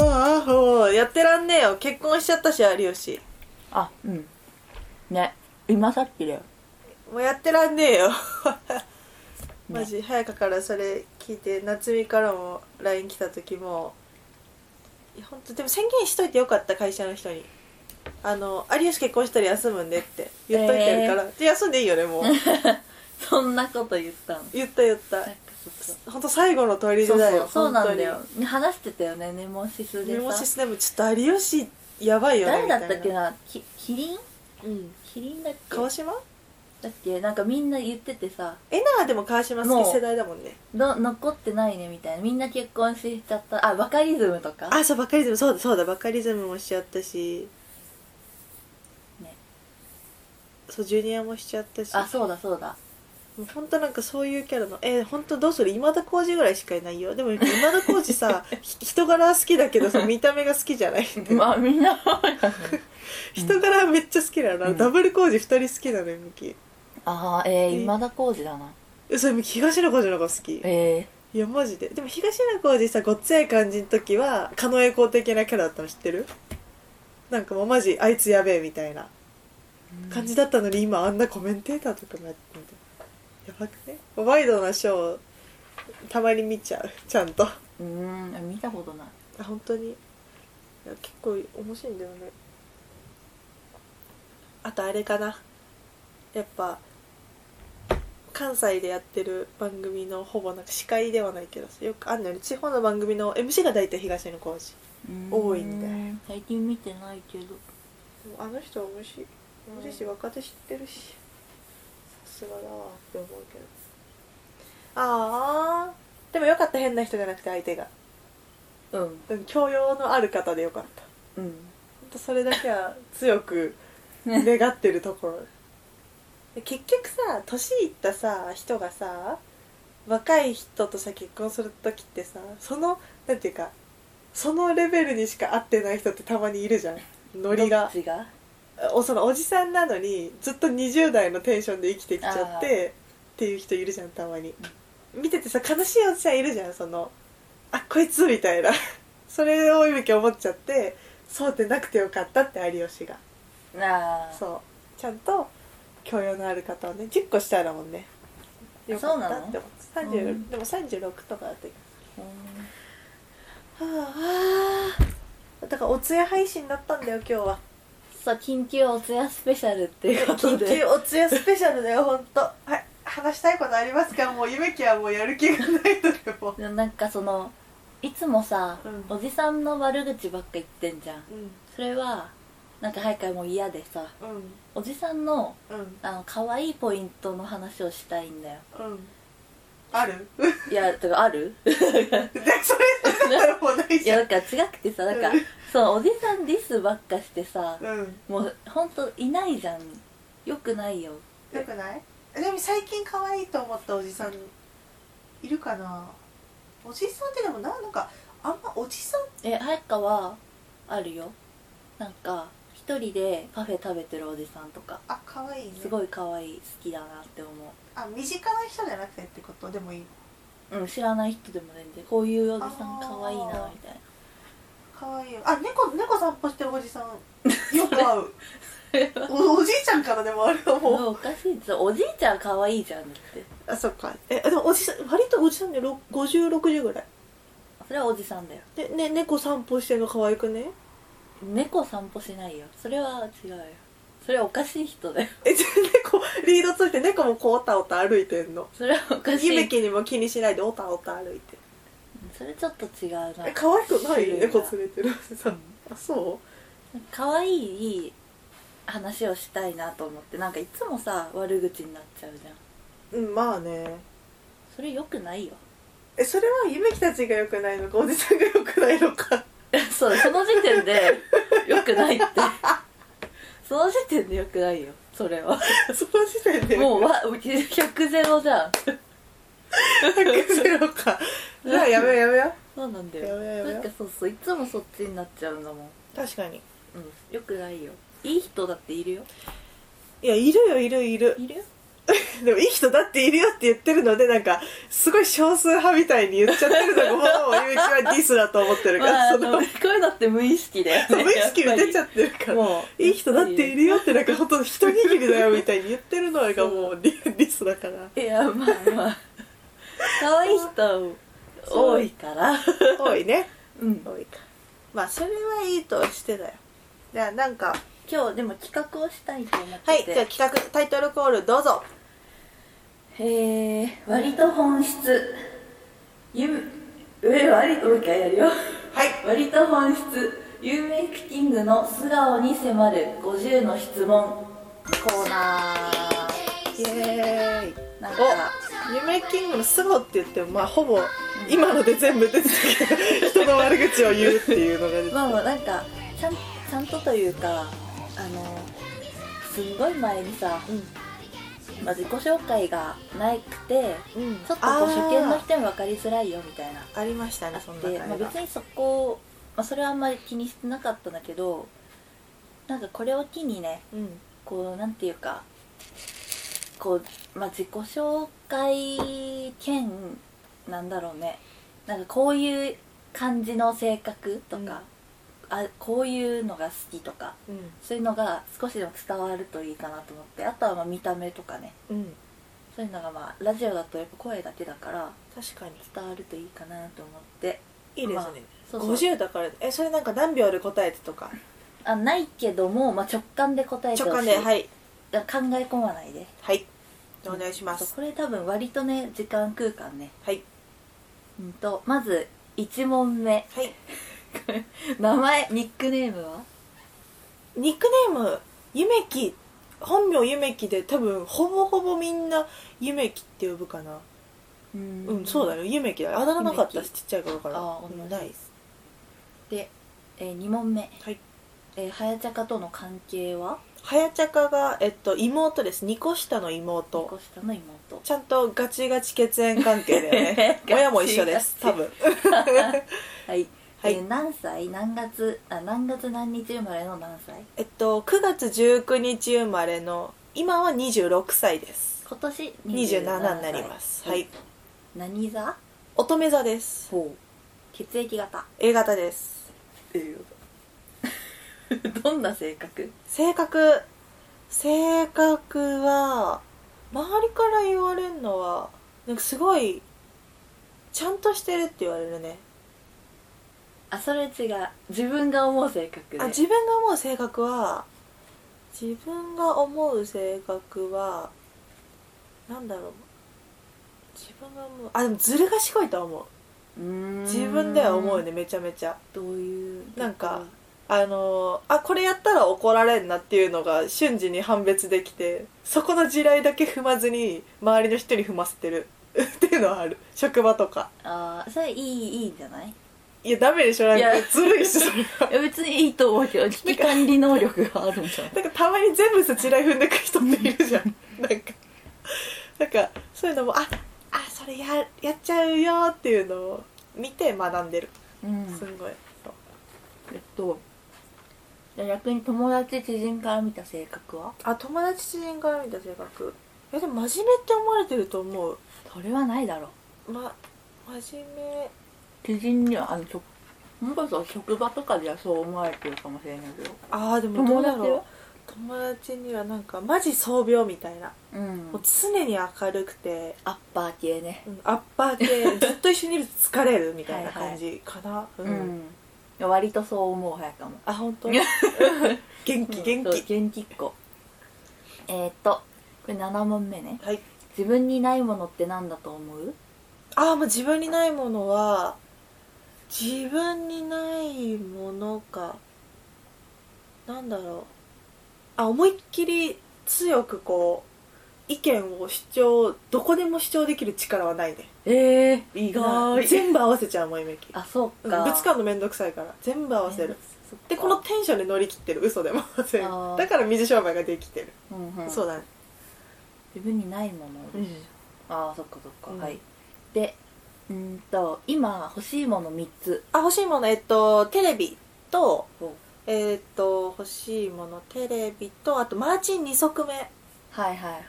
ああもうやってらんねえよ結婚しちゃったし有吉あうんね今さっきだよもうやってらんねえ よマジ早かからそれ聞いて夏美からも LINE 来た時もいや本当でも宣言しといてよかった会社の人に「あの有吉結婚したら休むんで」って言っといてるから、で休んでいいよね もうそんなこと言ったの言った言った本当最後の通りじゃないよそうなんだよ本話してたよねネモシス当でにさメモシスでもちょっと有吉やばいよね誰みだたいっなたっけなきキリンうんキリンだっけ川島だっけなんかみんな言っててさえなはでも川島好き世代だもんねど残ってないねみたいなみんな結婚しちゃったあバカリズムとかあそうバカリズムそうだそうだバカリズムもしちゃったしねそうジュニアもしちゃったしあそうだそうだもう本当なんかそういうキャラのえ本当どうする今田耕司ぐらいしかいないよでも今田耕司 さひ人柄は好きだけどさ見た目が好きじゃないんでまあみんな人柄はめっちゃ好きなの、うんダブル耕司2人好きなのよミキああええー、今田耕司だなえそれミキ東野耕司の方が好きえいやマジででも東野幸治さごっつええ感じの時は狩野英孝的なキャラだったの知ってるなんかもうマジあいつやべえみたいなー、感じだったのに今あんなコメンテーターとかもやってみたいやばくねワイドなショーたまに見ちゃうちゃんとあうーん見たことない本当にいや結構面白いんだよねあとあれかなやっぱ関西でやってる番組のほぼなんか司会ではないけどよくあんのよね地方の番組の MC が大体東野幸治うーん多いみたい最近見てないけどでもあの人は面白い面白いし若手知ってるしさすがだわって思うけどああでもよかった変な人じゃなくて相手がうんうん教養のある方でよかったうんほんとそれだけは強く願ってるところで結局さ年いったさ人がさ若い人とさ結婚する時ってさそのなんていうかそのレベルにしか合ってない人ってたまにいるじゃんノリどがっちがおそのおじさんなのにずっと20代のテンションで生きてきちゃってっていう人いるじゃんたまに見ててさ悲しいおじさんいるじゃんそのあこいつみたいな それをゆき思っちゃってそうでなくてよかったって有吉がああそうちゃんと教養のある方をね10個したらもんねよかったって思ってそうなの30うんでも36とかだったけどうーんはあだからお通夜配信だったんだよ今日はそう緊急おつやスペシャルっていうこと緊で急おつやスペシャルだよ本当。はい話したいことありますかもうゆめきはもうやる気がないとでもでもなんかそのいつもさ、うんおじさんの悪口ばっか言ってんじゃんうんそれはなんか早くもう嫌でさうんおじさんのうんあの可愛いポイントの話をしたいんだようんある いやてかあるでそれだったらもうないいじやゃんなんか違くてさなんかうんそのおじさんディスばっかしてさうんもうほんといないじゃんよくないよよくないでも最近可愛いと思ったおじさんいるかなおじさんってでもななんかあんまおじさんえ早川はあるよなんか一人でパフェ食べてるおじさんとかあ可愛いねすごい可愛い好きだなって思あ身近な人じゃなくてってことでもいいううん知らない人でも全然こういうおじさんあー可愛いなみたいな可愛いよあ猫猫散歩してるおじさ んよく会うおおじいちゃんからでもあれはそれおかしいですおじいちゃん可愛いじゃんだってあそっかえでもおじさん割とおじさんで5060ぐらいそれはおじさんだよで、ね、猫散歩してるの可愛くね猫散歩しないよそれは違うよそれはおかしい人だよえじゃあ猫リードついて猫もこうおたおた歩いてんのそれはおかしゆめいきにも気にしないでおたおた歩いてそれちょっと違うなえ可愛くな種い類が猫連れてるおじさんあそ可愛い話をしたいなと思ってなんかいつもさ悪口になっちゃうじゃんううんまあねそれ良くないよえそれはゆめきたちが良くないのかおじさんが良くないのか そうその時点で良くないってその時点で良くないよそれ はその時点でもうわ100ゼロじゃん100かじゃあやめようやめようそうなんだやよばいやばいなんかそうそういつもそっちになっちゃうんだもん確かにううんよくないよいい人だっているよいやいるよいるいるいるよでもいい人だっているよって言ってるのでなんかすごい少数派みたいに言っちゃってるのがもうゆうきはディスだと思ってるかまあら、あそののこういうのって無意識で、ね、そう無意識に出ちゃっってるからもういい人だっているよってなんか本当一握りだよみたいに言ってるのがそうもうディディスだからいやまあまあ可愛い人多いから多いねうん多いかまあそれはいいとしてだよじゃあなんか今日でも企画をしたいと思っててはいじゃあ企画タイトルコールどうぞへえ割と本質ゆえ割ともう一回やるよはい割と本質有名クティングの素顔に迫る50の質問コーナイエーイーなんかお夢キングの素顔って言ってもまあほぼ今ので全部出てきたけど人の悪口を言うっていうのが出てきたまあまあなんかちゃんちゃんとというかあのすんごい前にさ、まあ、自己紹介がなくてうん、うん、ちょっとこう初見の人に分かりづらいよみたいなありましたあねそんっな会て、が、まあ、別にそこ、まあ、それはあんまり気にしてなかったんだけどなんかこれを機にねうんこうなんていうかこう、まあ、自己紹介兼なんだろうねなんかこういう感じの性格とか、あこういうのが好きとかうんそういうのが少しでも伝わるといいかなと思ってあとはまあ見た目とかねうんそういうのがまあラジオだとやっぱ声だけだから確かに伝わるといいかなと思っていいですね、まあそうそう50だからえそれなんか何秒で答えてとかあないけども、まあ、直感で答えて直ほしい感ではいだから考え込まないではいお願いしまそうすこれ多分割とね時間空間ねはいうんとまず1問目はい名前ニックネームはニックネームゆめき本名ゆめきで多分ほぼほぼみんなゆめきって呼ぶかなうんうん、そうだよゆめきだよあだ名なかったしちっちゃい頃からあーうん同じないで、え2問目はいえー、はやちゃかとの関係ははやちゃかが、えっと、妹です2個下の妹猫下の妹ちゃんとガチガチ血縁関係だよね ガチガチ親も一緒です多分はい、はいえー何歳何月あ何月何日生まれの何歳えっと9月19日生まれの今は26歳です今年27になります歳はい何座乙女座ですほう血液型 A 型です どんな性格性格性格は周りから言われるのはなんかすごいちゃんとしてるって言われるねあそれ違う自分が思う性格であ自分が思う性格は自分が思う性格はなんだろう自分が思うあでもずる賢いとは思うーんう自分では思うねめちゃめちゃどういうなんかあのーあこれやったら怒られんなっていうのが瞬時に判別できてそこの地雷だけ踏まずに周りの人に踏ませてる っていうのはある職場とかあーそれいいいいんじ ゃないいやダメでしょなんいやかずるいしそれいや別にいいと思うけど危機管理能力があるんじ ゃない なんかたまに全部さ地雷踏んでく人っているじ ゃんなんかなんかそういうのもああそれややっちゃうよっていうのを見て学んでるうんすんごい、そうえっとじゃあ逆に友達知人から見た性格はあ友達知人から見た性格いやでも真面目って思われてると思うそれはないだろうま真面目知人にはあのちょそれこそ職場とかではそう思われてるかもしれないけどああでもどう友だ達ろはう友達にはなんかマジ装病みたいな、うんもう常に明るくて、アッパー系ねうんアッパー でずっと一緒にいると疲れるみたいな感じかなううんん、割とそう思う早かもあ本当元気 元そう気元気っ子えー、っとこれ7問目ねはい自分にないものって何だと思うああもう自分にないものは自分にないものかなんだろうあ思いっきり強くこう意見を主張どこでも主張できる力はないねええ意全部合わせちゃうもんゆめきあそううんかぶつかるのめんどくさいから全部合わせる、そっかでこのテンションで乗り切ってる嘘でも合わせるあーだから水商売ができてる、うんうん、そうだね、自分にないもの、ああそっかそっか、うんはいでうーんと今欲しいもの3つあ欲しいものえっとテレビとおえーっと欲しいものテレビとあとマーチン2足目はいはいはい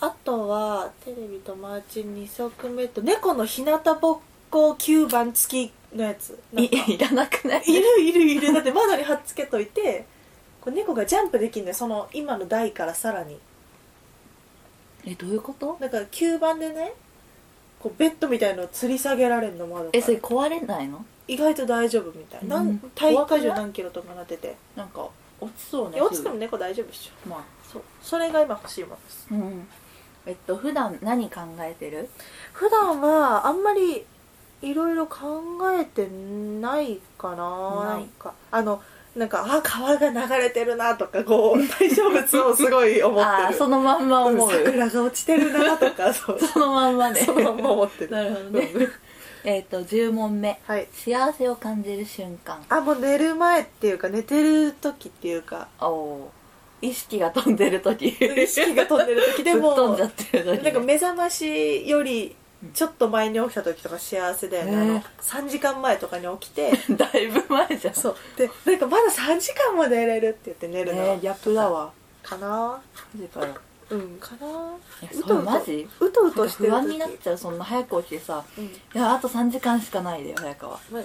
あとはテレビとマーチン2足目と猫の日向ぼっこ9番付きのやつなんかいいらなくないいるいるいるだって窓に貼っつけといてこう猫がジャンプできるのよその今の台からさらにえどういうことだから吸盤でねこうベッドみたいのを吊り下げられるの窓かえらそれ壊れないの意外と大丈夫みたいな、うんなん、体育会怖く場ない何キロとかなっててなんか落ちそうね四つすぐでも猫大丈夫でしょまあそうそれが今欲しいものですうんえっと普段何考えてる普段はあんまりいろいろ考えてないかななないんかあのなんかあ川が流れてるなとかこ う対象物をすごい思ってるああーそのまんま思ううん桜が落ちてるなとかそう そのまんまね そのまま思ってるなるほどねうんえっと10問目はい幸せを感じる瞬間あもう寝る前っていうか寝てる時っていうかおおー意識が飛んでる時意意識が飛んでる 時でもぶっ飛んじゃってる時ねなんか目覚ましよりちょっと前に起きた時とか幸せだよね、あねの3時間前とかに起き てだいぶ前じゃんそうでなんかまだ3時間も寝れるって言って寝るの、ねギャップだわかなマジからうんかなえうそとれうとマジうとうなんかとしてる時不安になっちゃうそんな早く起きてさうんいやあと3時間しかないでよ早川まあ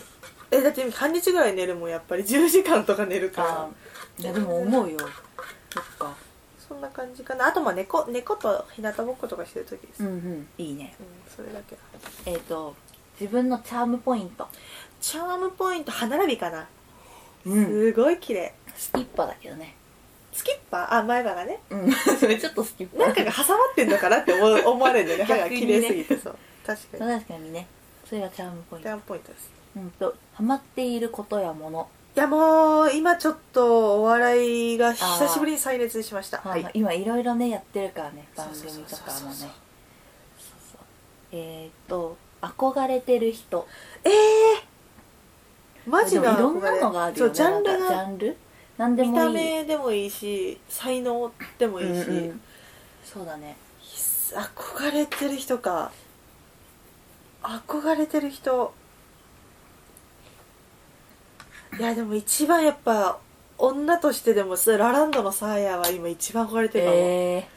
えだって半日ぐらい寝るもんやっぱり10時間とか寝るからあーいやでも思うよそっかそんな感じかなあとまあ猫猫と日向ぼっことかしてる時です、ううんんうんいいねそれだけえっ、と自分のチャームポイントチャームポイント歯並びかな、うんすごい綺麗スキッパだけどねスキッパーあ前歯がねう んそれちょっとスキッパなんかが挟まってんのかなって思う思われるんだよね歯が 逆に綺ね麗すぎてそう確かに確かにねそれがチャームポインチトャームポイントですうんとハマっていることやもの、いやもう今ちょっとお笑いが久しぶりに再熱しましたははいい今いろいろねやってるからね番組とそうかそうもそうそうねそうそうえっ、と憧れてる人ええー、マジでもないろんなのがあるよそうねジャンルなんかジャがンル何で見たもいい目でもいいし才能でもいいし、うんうんそうだね憧れてる人か憧れてる人いやでも一番やっぱ女としてでもラランドのサーヤは今一番憧れてるかも、え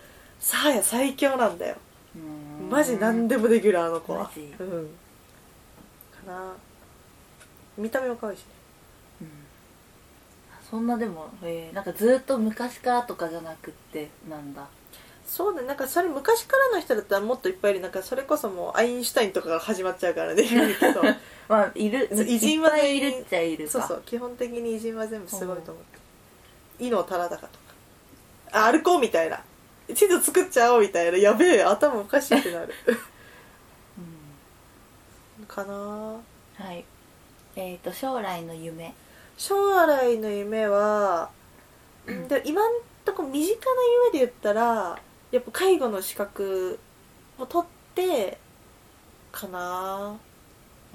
サーヤ最強なんだよーうーんマジ何でもできるあの子はマジうんかな見た目も可愛いしねうんそんなでも、えーなんかずっと昔からとかじゃなくってなんだそうねなんかそれ昔からの人だったらもっといっぱいいるなんかそれこそもうアインシュタインとかが始まっちゃう からね言うけどまあいるそう偉人いっはぱいねいるっちゃいるかそうそう基本的に偉人は全部すごいと思って伊能忠敬とかあ歩こうみたいな地図作っちゃおうみたいなやべえ頭おかしいって なるうんかなぁはいえっ、と将来の夢将来の夢は、うんで今んとこ身近な夢で言ったらやっぱ介護の資格を取ってかな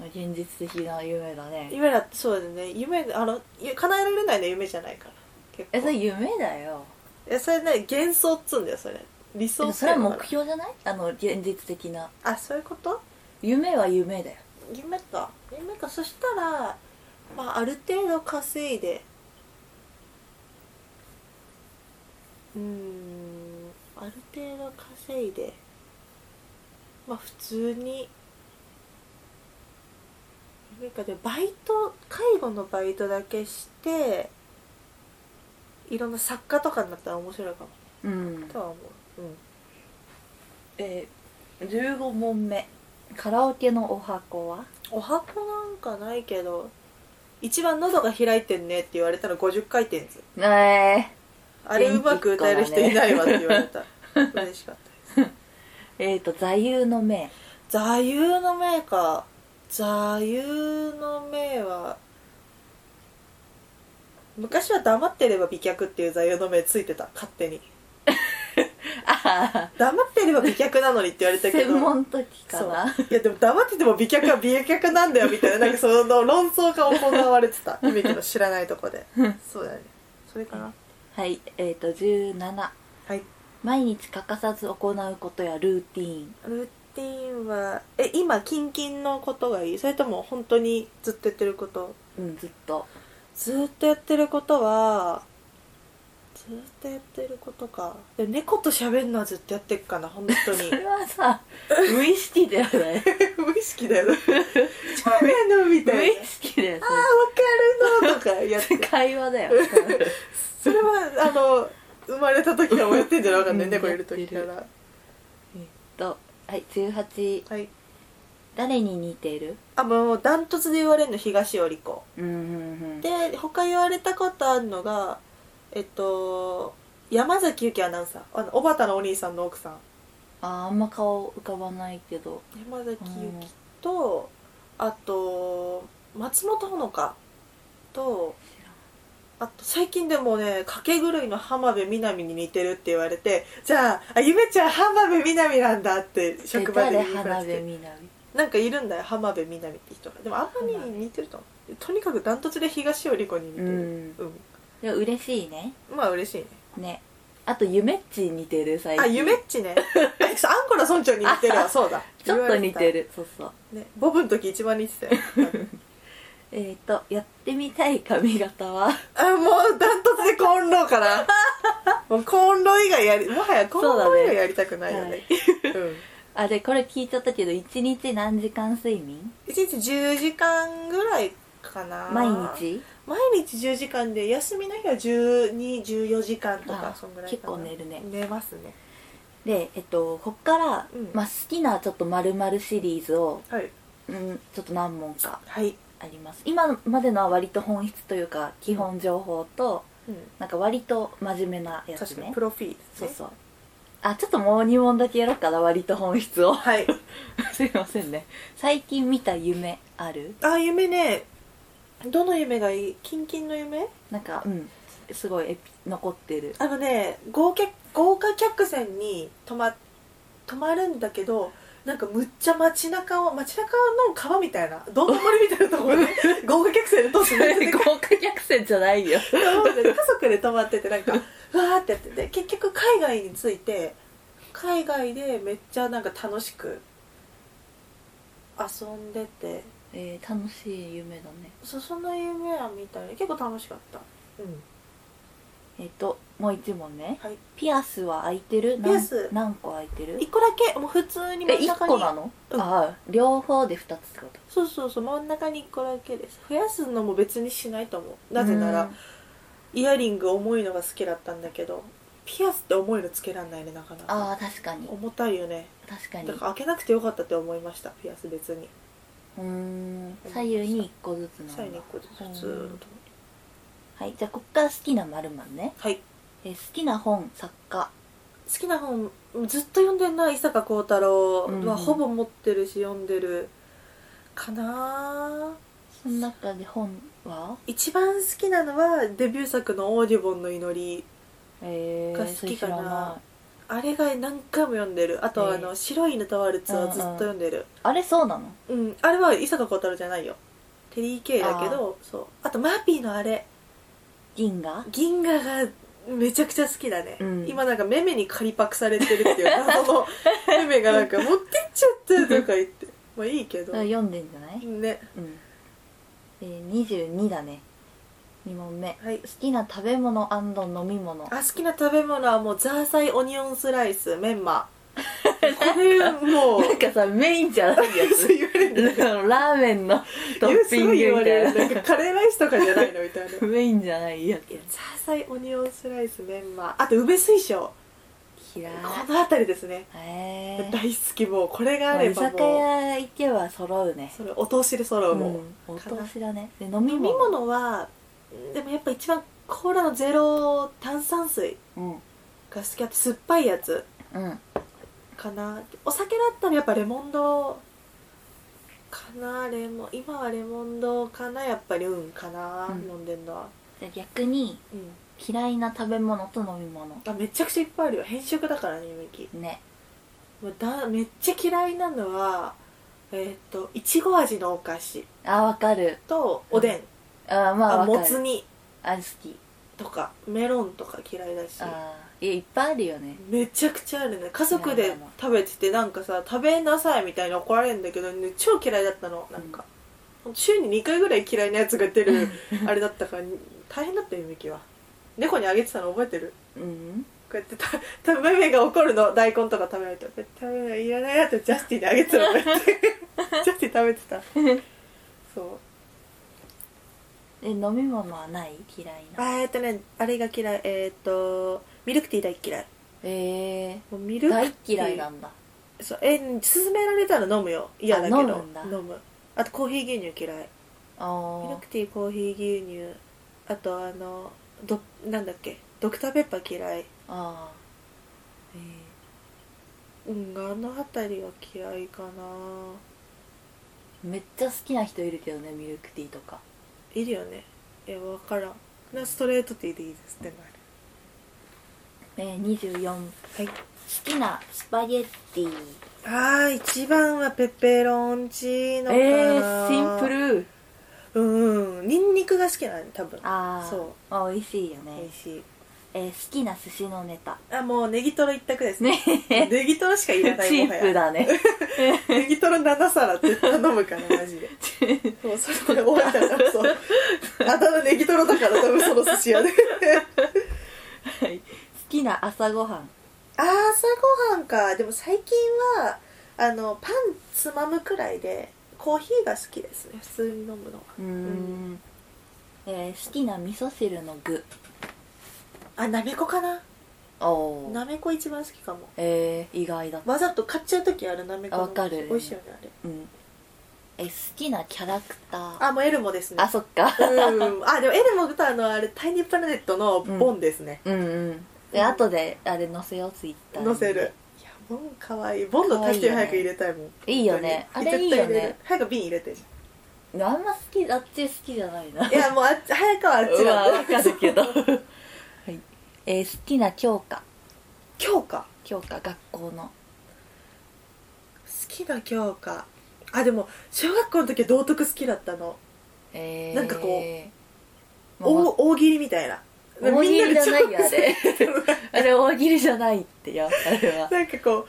ぁ現実的な夢だね夢だってそうだよね夢あのゆ叶えられないの夢じゃないから結えそれ構夢だよえそれね幻想っつうんだよそれ理で想もってそいれうのかはな目標じゃないあの現実的なあそういうこと夢は夢だよ夢か夢かそしたら、まあ、ある程度稼いでうーんある程度稼いでまあ普通に夢かでバイト介護のバイトだけしていろんな作家とかになったら面白いかもうんとは思う、うん、えー、15問目カラオケのお箱はお箱なんかないけど一番喉が開いてんねって言われたの50回転ずえあれうまく歌える人いないわって言われた嬉しかったですー、えー、と座右の銘座右の銘か座右の銘は昔は黙ってれば美脚っていう座右の銘ついてた勝手にあ黙ってれば美脚なのにって言われたけど専門時かないやでも黙ってても美脚は 美脚なんだよみたいななんかその論争が行われてた姫けの知らないと こでそうだねそれかなはいえー、と17はい毎日欠かさず行うことやルーティーンルーティンはえ今キンキンのことがいいそれとも本当にずっとやってることうんずっとずっとやってることはずっとやってることかでも猫と喋るのはずっとやってるかな本当にそれはさ無意識だよね無意識だよね喋るのみ無たい意な識だよねああわかるのとかや って会 話だよそれはあの生まれた時からもやってんじゃなかったねうん猫いる時かやらとはい18はい誰に似てるあもうダントツで言われるの東織子うんうんうんで他言われたことあるのがえっと山崎由紀アナウンサーあの小畑のお兄さんの奥さんああんま顔浮かばないけど山崎由紀と、あと松本穂香とあと最近でもね掛け狂いの浜辺美波に似てるって言われてじゃああゆめちゃん浜辺美波なんだって職場で誰言い花ふらし辺てみななんかいるんだよ浜辺美波って人がでもあんまり似てると思うとにかくダントツで東織子に似てうる、んうんでも嬉しいねまあ嬉しいねねあとゆめっち似てる最近あゆめっちねあアンコラ村長に似てるわそうだちょっと似てる、るそうそうね、ボブの時一番似てたよえっ、とやってみたい髪型は あもうダントツでコンロかなもうコンロ以外やりもはやコンそうだロね以外やりたくないよねうんあでこれ聞いちゃったけど1日何時間睡眠一日10時間ぐらいかな毎日毎日10時間で休みの日は1214時間とあかそんぐらいかな結構寝るね寝ますねでえっとこっから、うんまあ、好きなちょっと〇〇シリーズを、はいうん、ちょっと何問かはい、あります今までのは割と本質というか基本情報とうん、なんか割と真面目なやつ確かにねプロフィールですそねうそうあちょっともう2問だけやろうかな割と本質をはい すいませんね最近見た夢あるあ夢ねどの夢がいいキンキンの夢なんかうんすごいエピ残ってるあのね豪華豪華客船に泊ま泊まるんだけどなんかむっちゃ街中を街中の川みたいな道頓堀みたいなところで豪華客船で通すめっちゃでかい 豪華客船じゃないよ家族で泊まっててなんかわーってやってで結局海外に着いて海外でめっちゃなんか楽しく遊んでてえー、楽しい夢だねそその夢は見たい結構楽しかったうんえっ、ともう1問ねはいピアスは開いてるピアス何何個開いてる一個だけもう普通にえ真ん中1に個なの、うんああ両方で2つってことそうそうそう真ん中に一個だけです増やすのも別にしないと思うなぜなら、うんイヤリング重いのが好きだったんだけどピアスって重いのつけらんないねなかなかああ確かに重たいよね確かにだから開けなくてよかったって思いましたピアス別にうーん左右に1個ずつな最後んにだ一個ずつ普通のはいじゃあこっから好きなまるね、はい好えー好きな本作家きな本ずっと読んでんな伊坂幸太郎うんはほぼ持ってるし読んでるかなその中で本は一番好きなのはデビュー作の「オーディボンの祈り」えが好きかなあれが何回も読んでるあとはあの、えー白い犬とワルツ」はずっと読んでるあれそうなのうん、あれは伊坂幸太郎じゃないよテリー・ケイだけどそうあとマーピーのあれ銀河銀河がめちゃくちゃ好きだね、うん今なんかメメに仮パクされてるっていう 謎のメメがなんか持ってっちゃったとか言って まあいいけどそれね読んでんじゃない、うんえー、22だね2問目はい好きな食べ物飲み物あ好きな食べ物はもうザーサイオニオンスライスメンマこれもうなんかさメインじゃないやつそう言われるんだあのラーメンのト言うッピすンごグい言わみたれいなるなんかカレーライスとかじゃないのみたいなメインじゃないやつザーサイオニオンスライスメンマあと梅水晶嫌いこの辺りですねへえ大好きもうこれがあまあれ居ば酒もう屋行けば揃うねそれお通しで揃うもう、うん、お通しだねで飲み飲み物物はでもやっぱ一番コーラのゼロ炭酸水が好きあと酸っぱいやつうん、うん、かなお酒だったらやっぱレモンドかなレモン今はレモンドかなやっぱりうんかな、うん飲んでんのはじゃあ逆にうん嫌いな食べ物と飲み物あめちゃくちゃいっぱいあるよ偏食だからねゆめきねもうだめっちゃ嫌いなのはえーっといちご味のお菓子あわかるとおでん、あまああわもかつる煮あ好きとかメロンとか嫌いだしあいやいっぱいあるよねめちゃくちゃあるね家族で食べててなんかさ食べなさいみたいに怒られるんだけど、ね、超嫌いだったのなんか、週に2回ぐらい嫌いなやつが出 るあれだったから大変だったよみきは猫にあげてたの覚えてるうんこうやってた食べ目が怒るの大根とか食べないとこうやって食べないいらないやつジャスティンにあげてたの こうやってジャスティン食べてたそうえ飲み物はない嫌いあなーえっとねあれが嫌いえーっとミルクティー大っ嫌いえもうミー、ルク大っティー嫌いなんだそうえ勧められたら飲むよ嫌だけどあ飲むんだむあとコーヒー牛乳嫌いあミルークティーコーヒー牛乳あとあのどなんだっけドクターペッパー嫌いあうんあの辺りは嫌いかなーめっちゃ好きな人いるけどねミルクティーとかいるよねいや分からんなストレートティーでいいですってなえー、24好るきなスパゲッティはいあー一番はペペロンチーノかなえー、シンプルルうんうんニンニクが好きなの多分あーそうまあ美味しいよ美ね味、しいえー、好きな寿司のネタあもうネギトロ一択ですねね ネギトロしかいらないチもープはやだねネギトロ7皿って頼むからマ ジでもうそれで終わっちゃったそうあたのネギトロだから多分その寿司屋ではい好きな朝ごはんあー朝ごはんかでも最近はあのパンつまむくらいでコーヒーが好きですね普通に飲むのはうーん、えー、好きな味噌汁の具あなめこかなおおなめこ一番好きかもえー、意外だわざと買っちゃう時あるなめこのわかる美味しいよねあれうんえ好きなキャラクターあもうエルモですねあそっかうんあでもエルモとあのあれタイニープラネットのボンですね、うんうんでうん後であれ載せようツイッター載せるいやボンかわいいボンのタトゥー早く入れたいもんいいよね本当にあれいいよね絶対入れる早く瓶入れてあんま好きあっち好きじゃないないやもうあっち早くはあっちうわなん わか るけど、はいえー好きな教科教科教科学校の好きな教科あでも小学校の時は道徳好きだったのえー、なんかこう大大喜利みたいな大喜利じゃないよあみんなでれ あれ大喜利じゃないってよあれ はなんかこう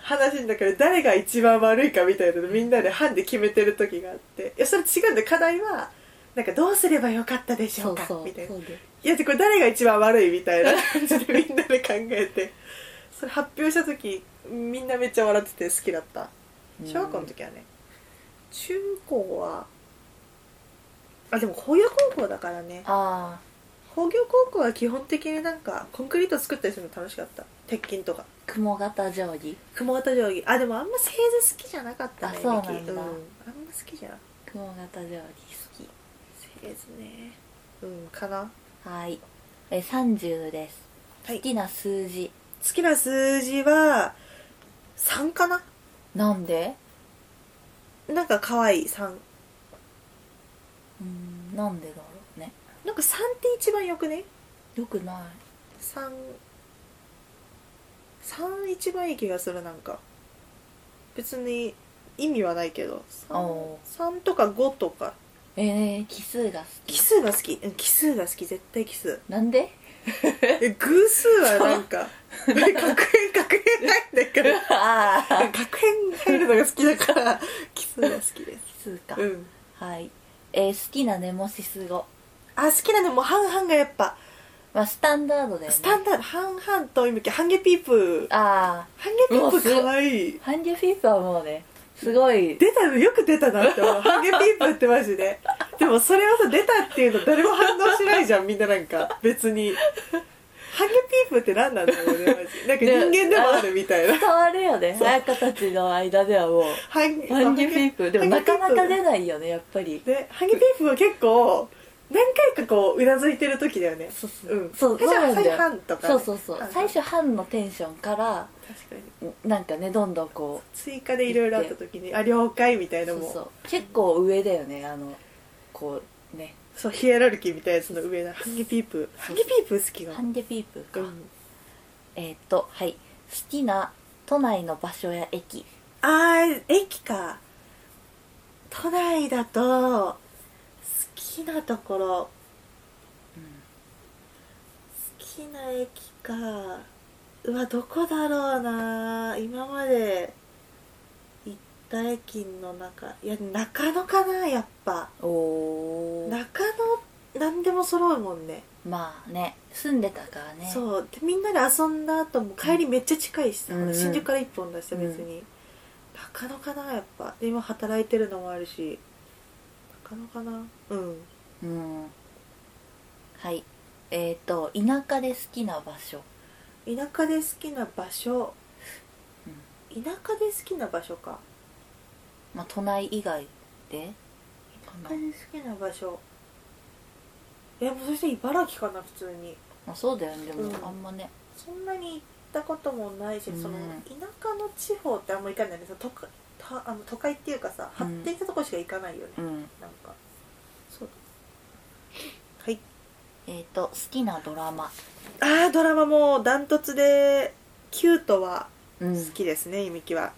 話の中で誰が一番悪いかみたいなのみんなで班で決めてる時があっていやそれ違うんで課題はなんかどうすればよかったでしょそううかそうみたいなそうでいやでこれ誰が一番悪いみたい な感じでみんなで考えてそれ発表した時みんなめっちゃ笑ってて好きだった小学校の時はね中高はあでも工業高校だからねああ工業高校は基本的になんかコンクリート作ったりするの楽しかった鉄筋とか雲型定規雲形定規あでもあんま製図好きじゃなかったねあそうなんだミキうん、あんま好きじゃな雲型定規好き製図ねうんかなはい。え、30です。はい好きな数字。好きな数字は3かななんでなんか可愛い3うん、なんでだろうね。なんか3って一番よくねよくな33一番いい気がするなんか別に意味はないけど 3, おー3とか5とかい。えー、奇数が好奇き。数が好きうん奇数が好き絶対奇数なん でえ偶数はなんか え確変確変ないんだからああ。確変入るのが好きだから奇数が好きで奇数かす、。うん、はい。えー、好きなネモシス語。あ好きなのも半々がやっぱまあ、スタンダードだよね。スタンダード半々と今半ゲピープああ。半ゲピープかわいいハンディフィープはもうね、すごい。出たのよく出たなって思うハゲピープってマジででもそれをさ出たっていうの誰も反応しないじゃんみんななんか別にハゲピープって何なんだろうねマジなんか人間でもあるみたいな伝わるよね。彩香たちの間ではもう。ハゲ ハンディフィープ。でもなかなか出ないよね、やっぱり。でハゲピープは結構何回かこううなずいてる時だよね。そうそううんそう、そうなんだ最初よはハンとかねそうそうそうハン。最初、ハンのテンションから、確かになんかね、どんどんこ、追加でいろいろあった時に「あ了解」みたいうなそもうんそう。結構上だよね、あの、こう、ね。そうヒエラルキーみたいなやつの上だハゲピープハゲピープ好きなハのンデピープか。うんえーっと、はい。好きな都内の場所や駅。あー駅か都内だと好きなところ好きな駅かうわどこだろうな今まで行っ唾液の中いや中野かなやっぱおー中野何でも揃うもんねまあね住んでたからねうそうでみんなで遊んだ後も帰りめっちゃ近いしさ、うんうん新宿から1本だしさ別に、中野かなやっぱで今働いてるのもあるし中野かなうんんはいえっ、と田舎で好きな場所田舎で好きな場所、田舎で好きな場所かまあ都内以外で田舎で好きな場所いやもうそして茨城かな普通にまあそうだよねでも、うんあんまねそんなに行ったこともないし、うんその田舎の地方ってあんま行かないねその都会たあの都会っていうかさうん発展したとこしか行かないよね、うんなんかそうはいえっ、と好きなドラマあードラマもダントツでキュートはう好きですね、ゆみきは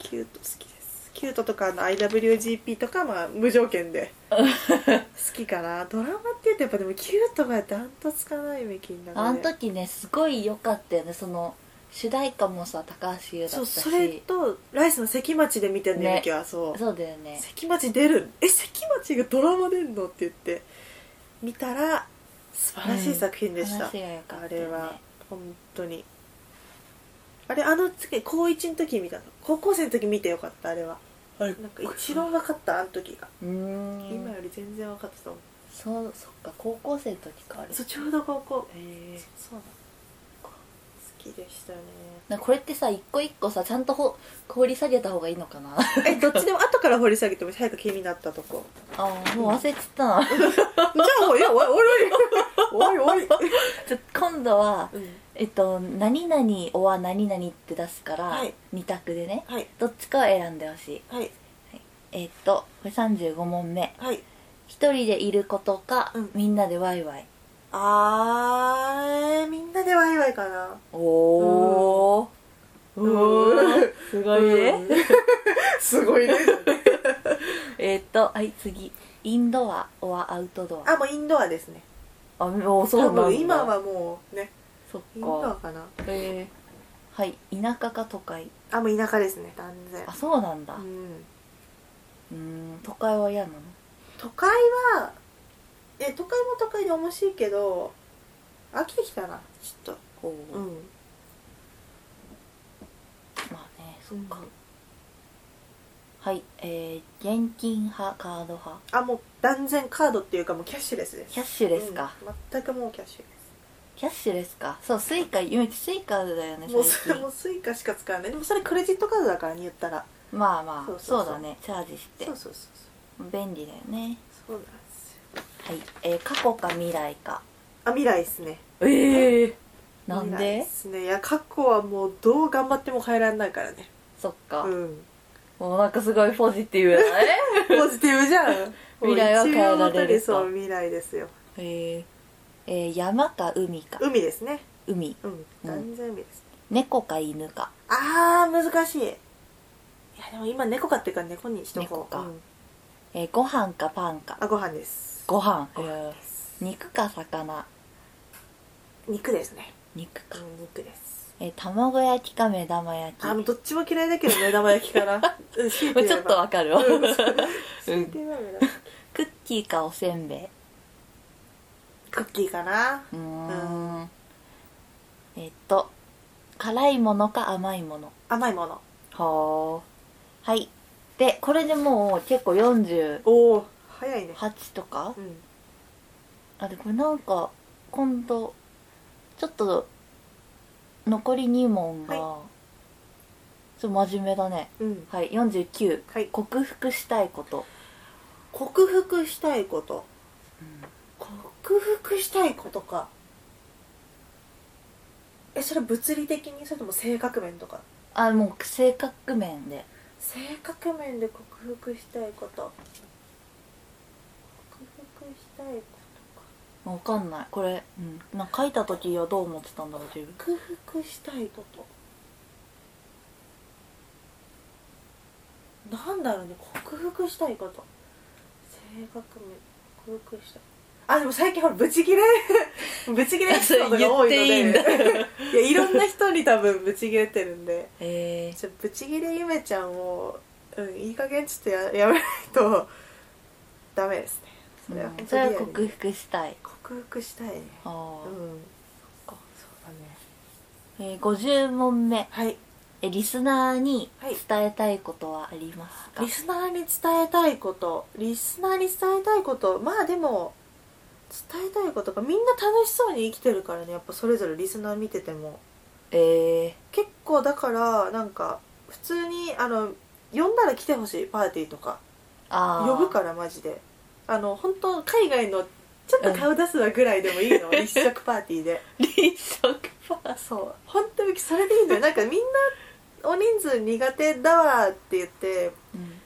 キュート好きですキュートとかあの IWGP とかまあ無条件で好きかなドラマっていうとやっぱでもキュートがダントツかなゆみきの中であの時ねすごい良かったよねその主題歌もさ高橋優だそっうたしそれとライスの関町で見てんねねゆきはそうそうだよね関町出るえ関町がドラマ出んのって言って見たら素晴らしい作品でした、話が良あかったれよねは本当にあれあの次高1の時見たの高校生の時見てよかったあれはあれなんか一番分かったあの時が、うー今んより全然分かったと思うそうそっか高校生の時かあれそうちょうど高校へえそうなの好きでしたねなんかこれってさ一個一個さちゃんとほ掘り下げた方がいいのかな えどっちでも後から掘り下げても早く気になったと こああもう忘れちゃったなじゃあもういや終わり終わり終わり終わり ちょ今度はうんえっと「何々おは何々」って出すから、はい二択でねはいどっちかを選んでほしいはいえっとこれ35問目はい一人でいることか、うんみんなでワイワイあーみんなでワイワイかなおおおうんーすごい ねうんすごい ねえっとはい次インドアオアアウトドアあもうインドアですねあもうそ多うなんだ分今はもうねそっインドアかかなえー、はい田舎か都会あもう田舎ですね断然あそうなんだうんうーん都会は嫌なの都会はえ都会も都会で面白いけど飽きてきたなちょっおお、とんまあねそっか、はいえー、現金派カード派あもう断然カードっていうかもうキャッシュレスですキャッシュレスか、うん全くもうキャッシュレキャッシュレスかそうスイカゆめきスイカだよねスもうそ最れも近うスイカしか使わないでもそれクレジットカードだからに言ったらまあまあそそうそううそうだねチャージしてそうそうそうそう便利だよねそうなんですよはい、えー過去か未来かあ未来ですねええなん未来っですねいや過去はもうどう頑張っても変えられないからねそっか、うんもうなんかすごいポジティブだねポジティブじゃん未来は変えられるともう一秒ごとにそう未来ですよ えーえー山か海か海ですね海うんうん完全海です、猫か犬かあー難しいいやでも今猫飼ってるから猫にしとこう猫かうんえーご飯かパンかあご飯ですご飯ごえ飯ーです肉か魚肉ですね肉うか、ん肉ですえー卵焼きか目玉焼きあもうもどっちも嫌いだけど目玉焼き かなうん強いてう言 ちょえっとばわかるわ、 うんう強んいて言えば目玉焼きクッキーかおせんべいうクッキーかなーんえーっと辛いものか甘いもの甘いものはあはいでこれでもう結構48おお早いねとかうんあでこれなんか今度ちょっと残り2問が、はちょっと真面目だねうんはい49はい克服したいこと、克服したいこと克服したいことかえそれ物理的にそれとも性格面とかあもう性格面で性格面で克服したいこと克服したいことかわかんないこれ、うん、なんか書いた時はどう思ってたんだろう自分克服したいことなんだろうね克服したいこと性格面克服したいあでも最近ほらブチギレ ブチギレエピソードが多いのでそれ言っていい んいやいろんな人に多分ブチギレてるんでえちょブチギレゆめちゃんを、うん、いい加減ちょっとややめないと ダメですねそれはー、それは克服したい克服したいねあうー、んそっかそうだねえー、50問目はいえリスナーにはい伝えたいことはありますか、リスナーに伝えたいことリスナーに伝えたいことまあでも伝えたいことがみんな楽しそうに生きてるからねやっぱそれぞれリスナー見ててもえー、結構だからなんか普通にあの呼んだら来てほしいパーティーとかあー呼ぶからマジであの本当海外のちょっと顔出すわぐらいでもいい の、立食パーティーで立食パーそう本当にそれでいいのよなんかみんなお人数苦手だわって言って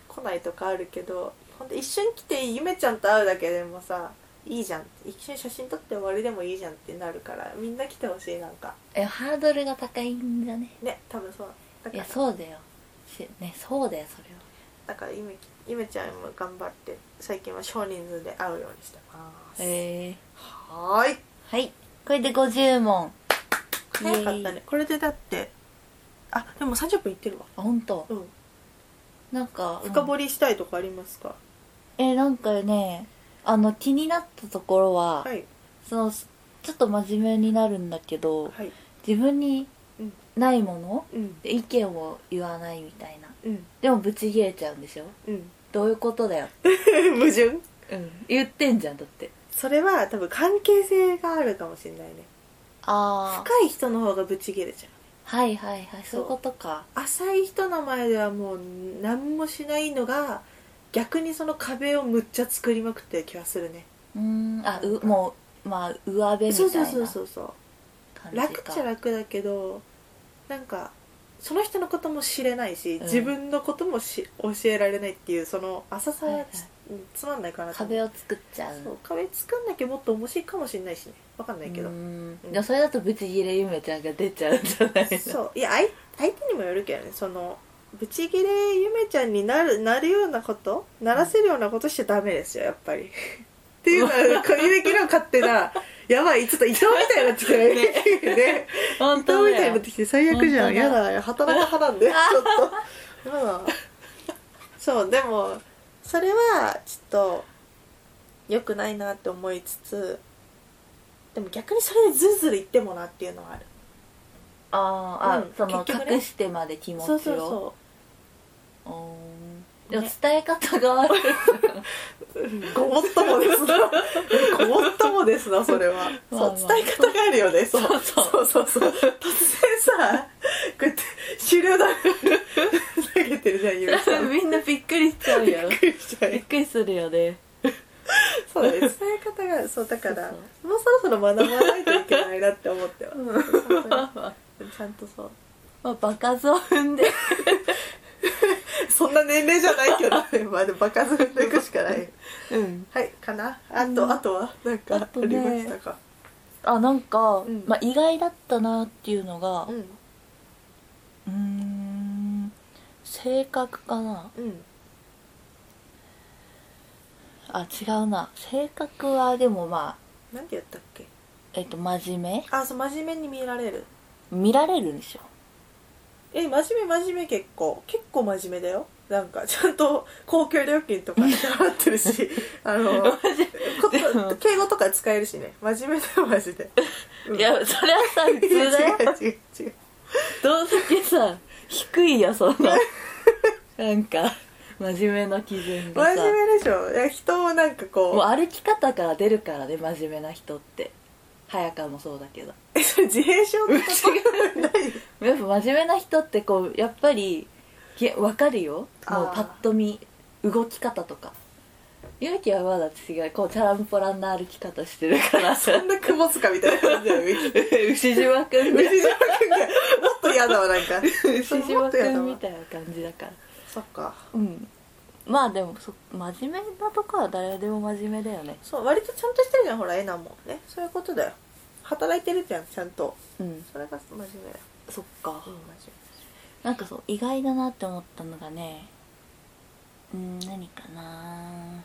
来ないとかあるけどほんと一緒に来てゆめちゃんと会うだけでもさいいじゃん一緒に写真撮って終わりでもいいじゃんってなるからみんな来てほしいなんかえハードルが高いんだねね多分そうだいかやらそうだよしねそうだよそれはだからゆめゆめちゃんも頑張って最近は少人数で会うようにしてます、えー、はーいはいこれで50問早かったイエーイねこれでだってあでも30分いってるわあ本当うんなんか深うん掘りしたいとこありますか、えなんかねあの気になったところは、はいそのちょっと真面目になるんだけどはい自分にうんないものうんで意見を言わないみたいなうんでもブチ切れちゃうんでしょうんどういうことだよ、 矛盾うん、言ってんじゃんだってそれは多分関係性があるかもしれないねああ深い人の方がブチギレちゃうはいはいはいそういうことか浅い人の前ではもう何もしないのが逆にその壁をむっちゃ作りまくってる気はするねうーんあうもうまあ上辺みたそういそうなそうそうそう感じか楽っちゃ楽だけどなんかその人のことも知れないし、うん自分のこともし教えられないっていうその浅さはいははいつ,うん、つまんないかなと思う壁を作っちゃうそう壁作んなきゃもっと面白いかもしれないしねわかんないけど、うーんうんでもそれだとブチギレゆめちゃんが出ちゃうんじゃないのそういや相相手にもよるけどねそのブチギレゆめちゃんになるなるようなことならせるようなことしちゃダメですよやっぱりっていうの は小指きの勝手なやばいちょっと伊藤みたいになってきた ねね伊 本藤当みただいになよってきて最悪じゃ本当だんやだ働く派なんでちょっとやだそうでもそれはちょっと良くないなって思いつつでも逆にそれでズルズル言ってもなっていうのはあるあーあ、うんその、結局ね隠してまで気持ちをそうそうそううーんでも伝え方が悪いごもっともですな ごもっともですなそれは、まあまあそう伝え方があるよねそうそうそうそうそうそう突然さこうやって手榴弾 投げてるじゃんゆめさんび みんな びっくりしちゃうよっくりしちゃうびっくりするよ ねそうだね伝え方が そうだからそうもうそろそろ学ばないといけないなって思ってはまあちゃんとそうバカゾ踏んでそんな年齢じゃないけどねまあで もバカずっていくしかないうんはいかなあと、うんあとはなんかああとりねましたか、あなんか、うんまあ、意外だったなっていうのがうんうーん性格かなうんあ違うな性格はでもまあなんて言ったっけえっと真面あそう真面目に見られる目見られるんでしょえ真面目真面目結構結構真面目だよなんかちゃんと公共料金とか 払ってるし あのこと敬語とか使えるしね真面目だよマジで、うんいやそれはさ普違う通だよ 違う違うどうせさ低いよその なんか真面目な基準がさ真面目でしょいや人をなんかもうこ歩き方から出るからね真面目な人って早川もそうだけどうえそ れ自閉症ってことないやっぱ真面目な人ってこうやっぱりげわかるよもうあーパッと見動き方とか勇気はまだ違うこうチャランポランな歩き方してるからさそんな雲塚みたいな感じだよ牛島牛島くん君がもみっと嫌だわなんか牛も島っと嫌くだんみわたいな感じだからそっかうんまあでもそ真面目なとこは誰でも真面目だよねそう割とちゃんとしてるじゃんほらエナもねそういうことだよ働いてるじゃんちゃんとうんそれが真面目だよそっか真面なんかそう意外だなって思ったのがねうん何かな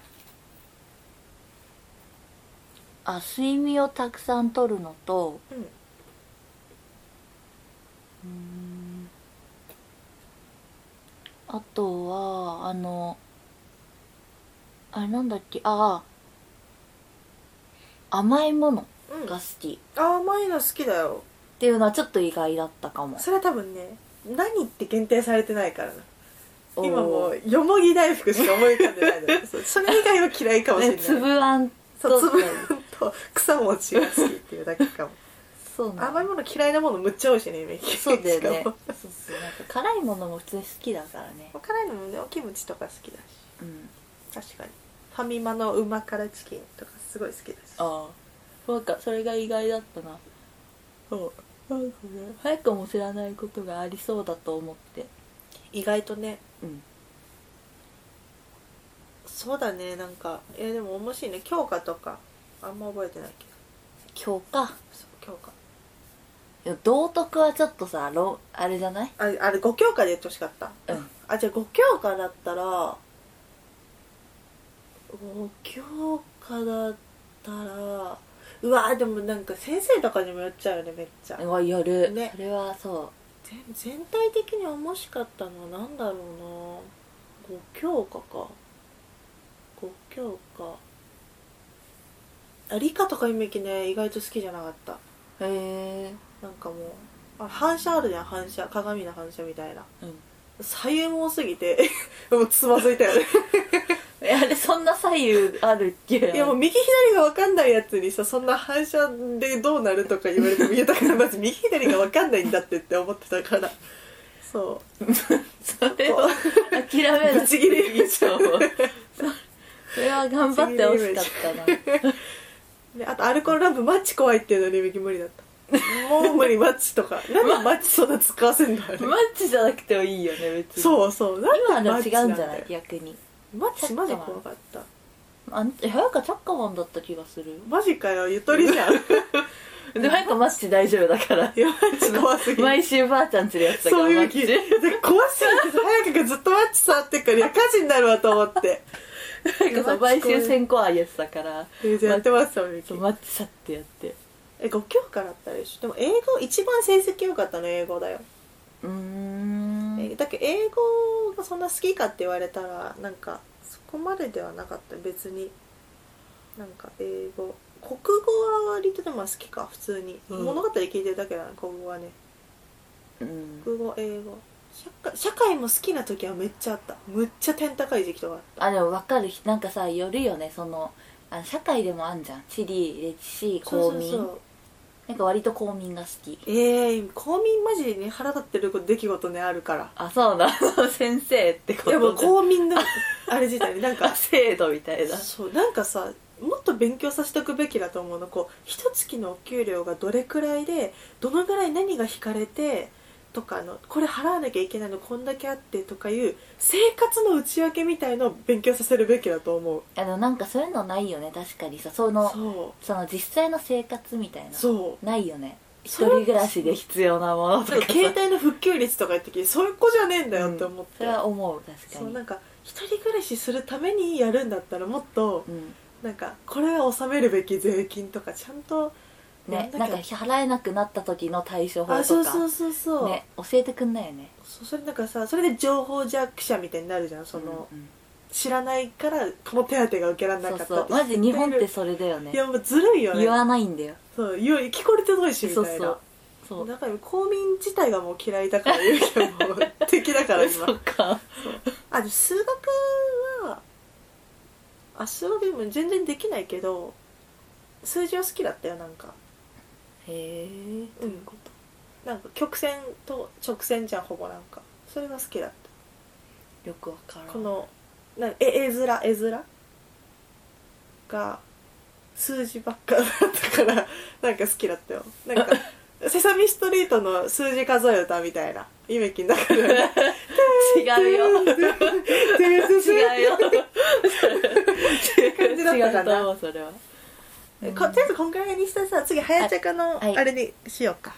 あ睡眠をたくさんとるのとうんうーんあとはあのあれなんだっけああ甘いものうんが好きあ甘いの好きだよっていうのはちょっと意外だったかもそれは多分ね何って限定されてないからなおー今もうよもぎ大福しか思い浮かんでないのよそうそれ以外は嫌いかもしれねない、粒あんそうと粒と草餅が好きっていうだけかもそうな甘いのもの嫌いなものむっちゃ多いしねメキそうだよねしかそもうそうなんか辛いものも普通に好きだからね辛いのもねおキムチとか好きだしうん確かにファミマの旨辛チキンとかすごい好きだしああなんかそれが意外だったなそうなんかね早くも知らないことがありそうだと思って意外とねうんそうだねなんかいやでも面白いね強化とかあんま覚えてないけど今日かそう強化いや道徳はちょっとさろあれじゃないあれあれ5教科でやってほしかったうんあじゃあ5教科だったら5教科だったらうわでもなんか先生とかにもやっちゃうよねめっちゃうわやる、ねそれはそ全全体的に面白かったのは何だろうな5教科か5教科あ理科とか夢きね意外と好きじゃなかったうへえなんかもうあ反射あるじゃん反射鏡の反射みたいなうん左右も多すぎて もうつまずいたよねえあれそんな左右あるっけいやもう右左が分かんないやつにさそんな反射でどうなるとか言われても言うたからまず右左が分かんないんだってって思ってたからそそれを諦めうなぶくてちい切いれでしょ それは頑張ってほしかったなであとアルコールランプマッチ怖いっていうのに右無理だったもう無理マッチとかなんでマッチそんな使わせんのあれ マッチじゃなくてもいいよね別にうそうそうな今んのではマッ違チなうんんじだゃよない逆にマッチマジ怖かったあんえ早川チャッカマンだった気がするマジかよゆとりじゃん いで早川マッチ大丈夫だからやマッチ怖すぎる 毎週ばあちゃんちでやってたからそういう気マでッ怖すぎてさ早くずっとマッチ触ってっからいや火事になるわと思ってチなんかさ毎週先行あげてたからえじゃあやってますよみきそうマッチさってやってえ5教科だったでしょでも英語一番成績良かったの英語だよ、うーんえだけど英語がそんな好きかって言われたらなんかそこまでではなかった別になんか英語国語は割とでも好きか普通に、うん物語聞いてるだけだな国語はねうん国語英語社会社会も好きな時はめっちゃあったむっちゃ点高い時期とかあっあでも分かるなんかさよるよねそのあ社会でもあんじゃん地理歴史た公そうそうそ民うなんか割と公民が好きええ公民マジに腹立ってる出来事ねあるからあそうなの 先生ってこといいやもう公民のあれ自体ねなんか制度みたい なそうなんかさもっと勉強させておくべきだと思うのこう一月のお給料がどれくらいでどのぐらい何が引かれてとかあのこれ払わなきゃいけないのこんだけあってとかいう生活の内訳みたいのを勉強させるべきだと思うあのなんかそういうのないよね確かにさそのそその実際の生活みたいうなそないよね一それ人暮らしで必要なものうとかさ携帯の普及率とか言ってきてそういう子じゃねえんだよって思っうんて、それは思う確かそうになんか一人暮らしするためにやるんだったらもっとうんなんかこれは納めるべき税金とかちゃんとねやなんんなかき払えなくなった時の対処法ゃとかあそうそうそうそう、ね教えてくんないよねそうそれなんかさそれで情報弱者みたいになるじゃんその、うんうん知らないからこの手当てが受けられなかったってそうそうマジ日本ってそれだよいねやもうずるいよね言わないんだよそう言う聞こえてないしみたそいうなそうそうだから公民自体がもう嫌いだから言うけ どもう敵だからそ今っかあで数学はあ数学でも全然できないけど数字は好きだったよなんかへえうんなんか曲線と直線じゃんほぼなんかそれが好きだっよくわからんたこのな絵絵面絵面が数字ばっかだったから なんか好きだったよなん か「セサミストリート」の数字数え歌みたいなイメキンだから違うよ 違 うよ感じだったかな違うと思うそれはえことりあえずこんくらいにしてさ次はやちゃかのはいあれにしようか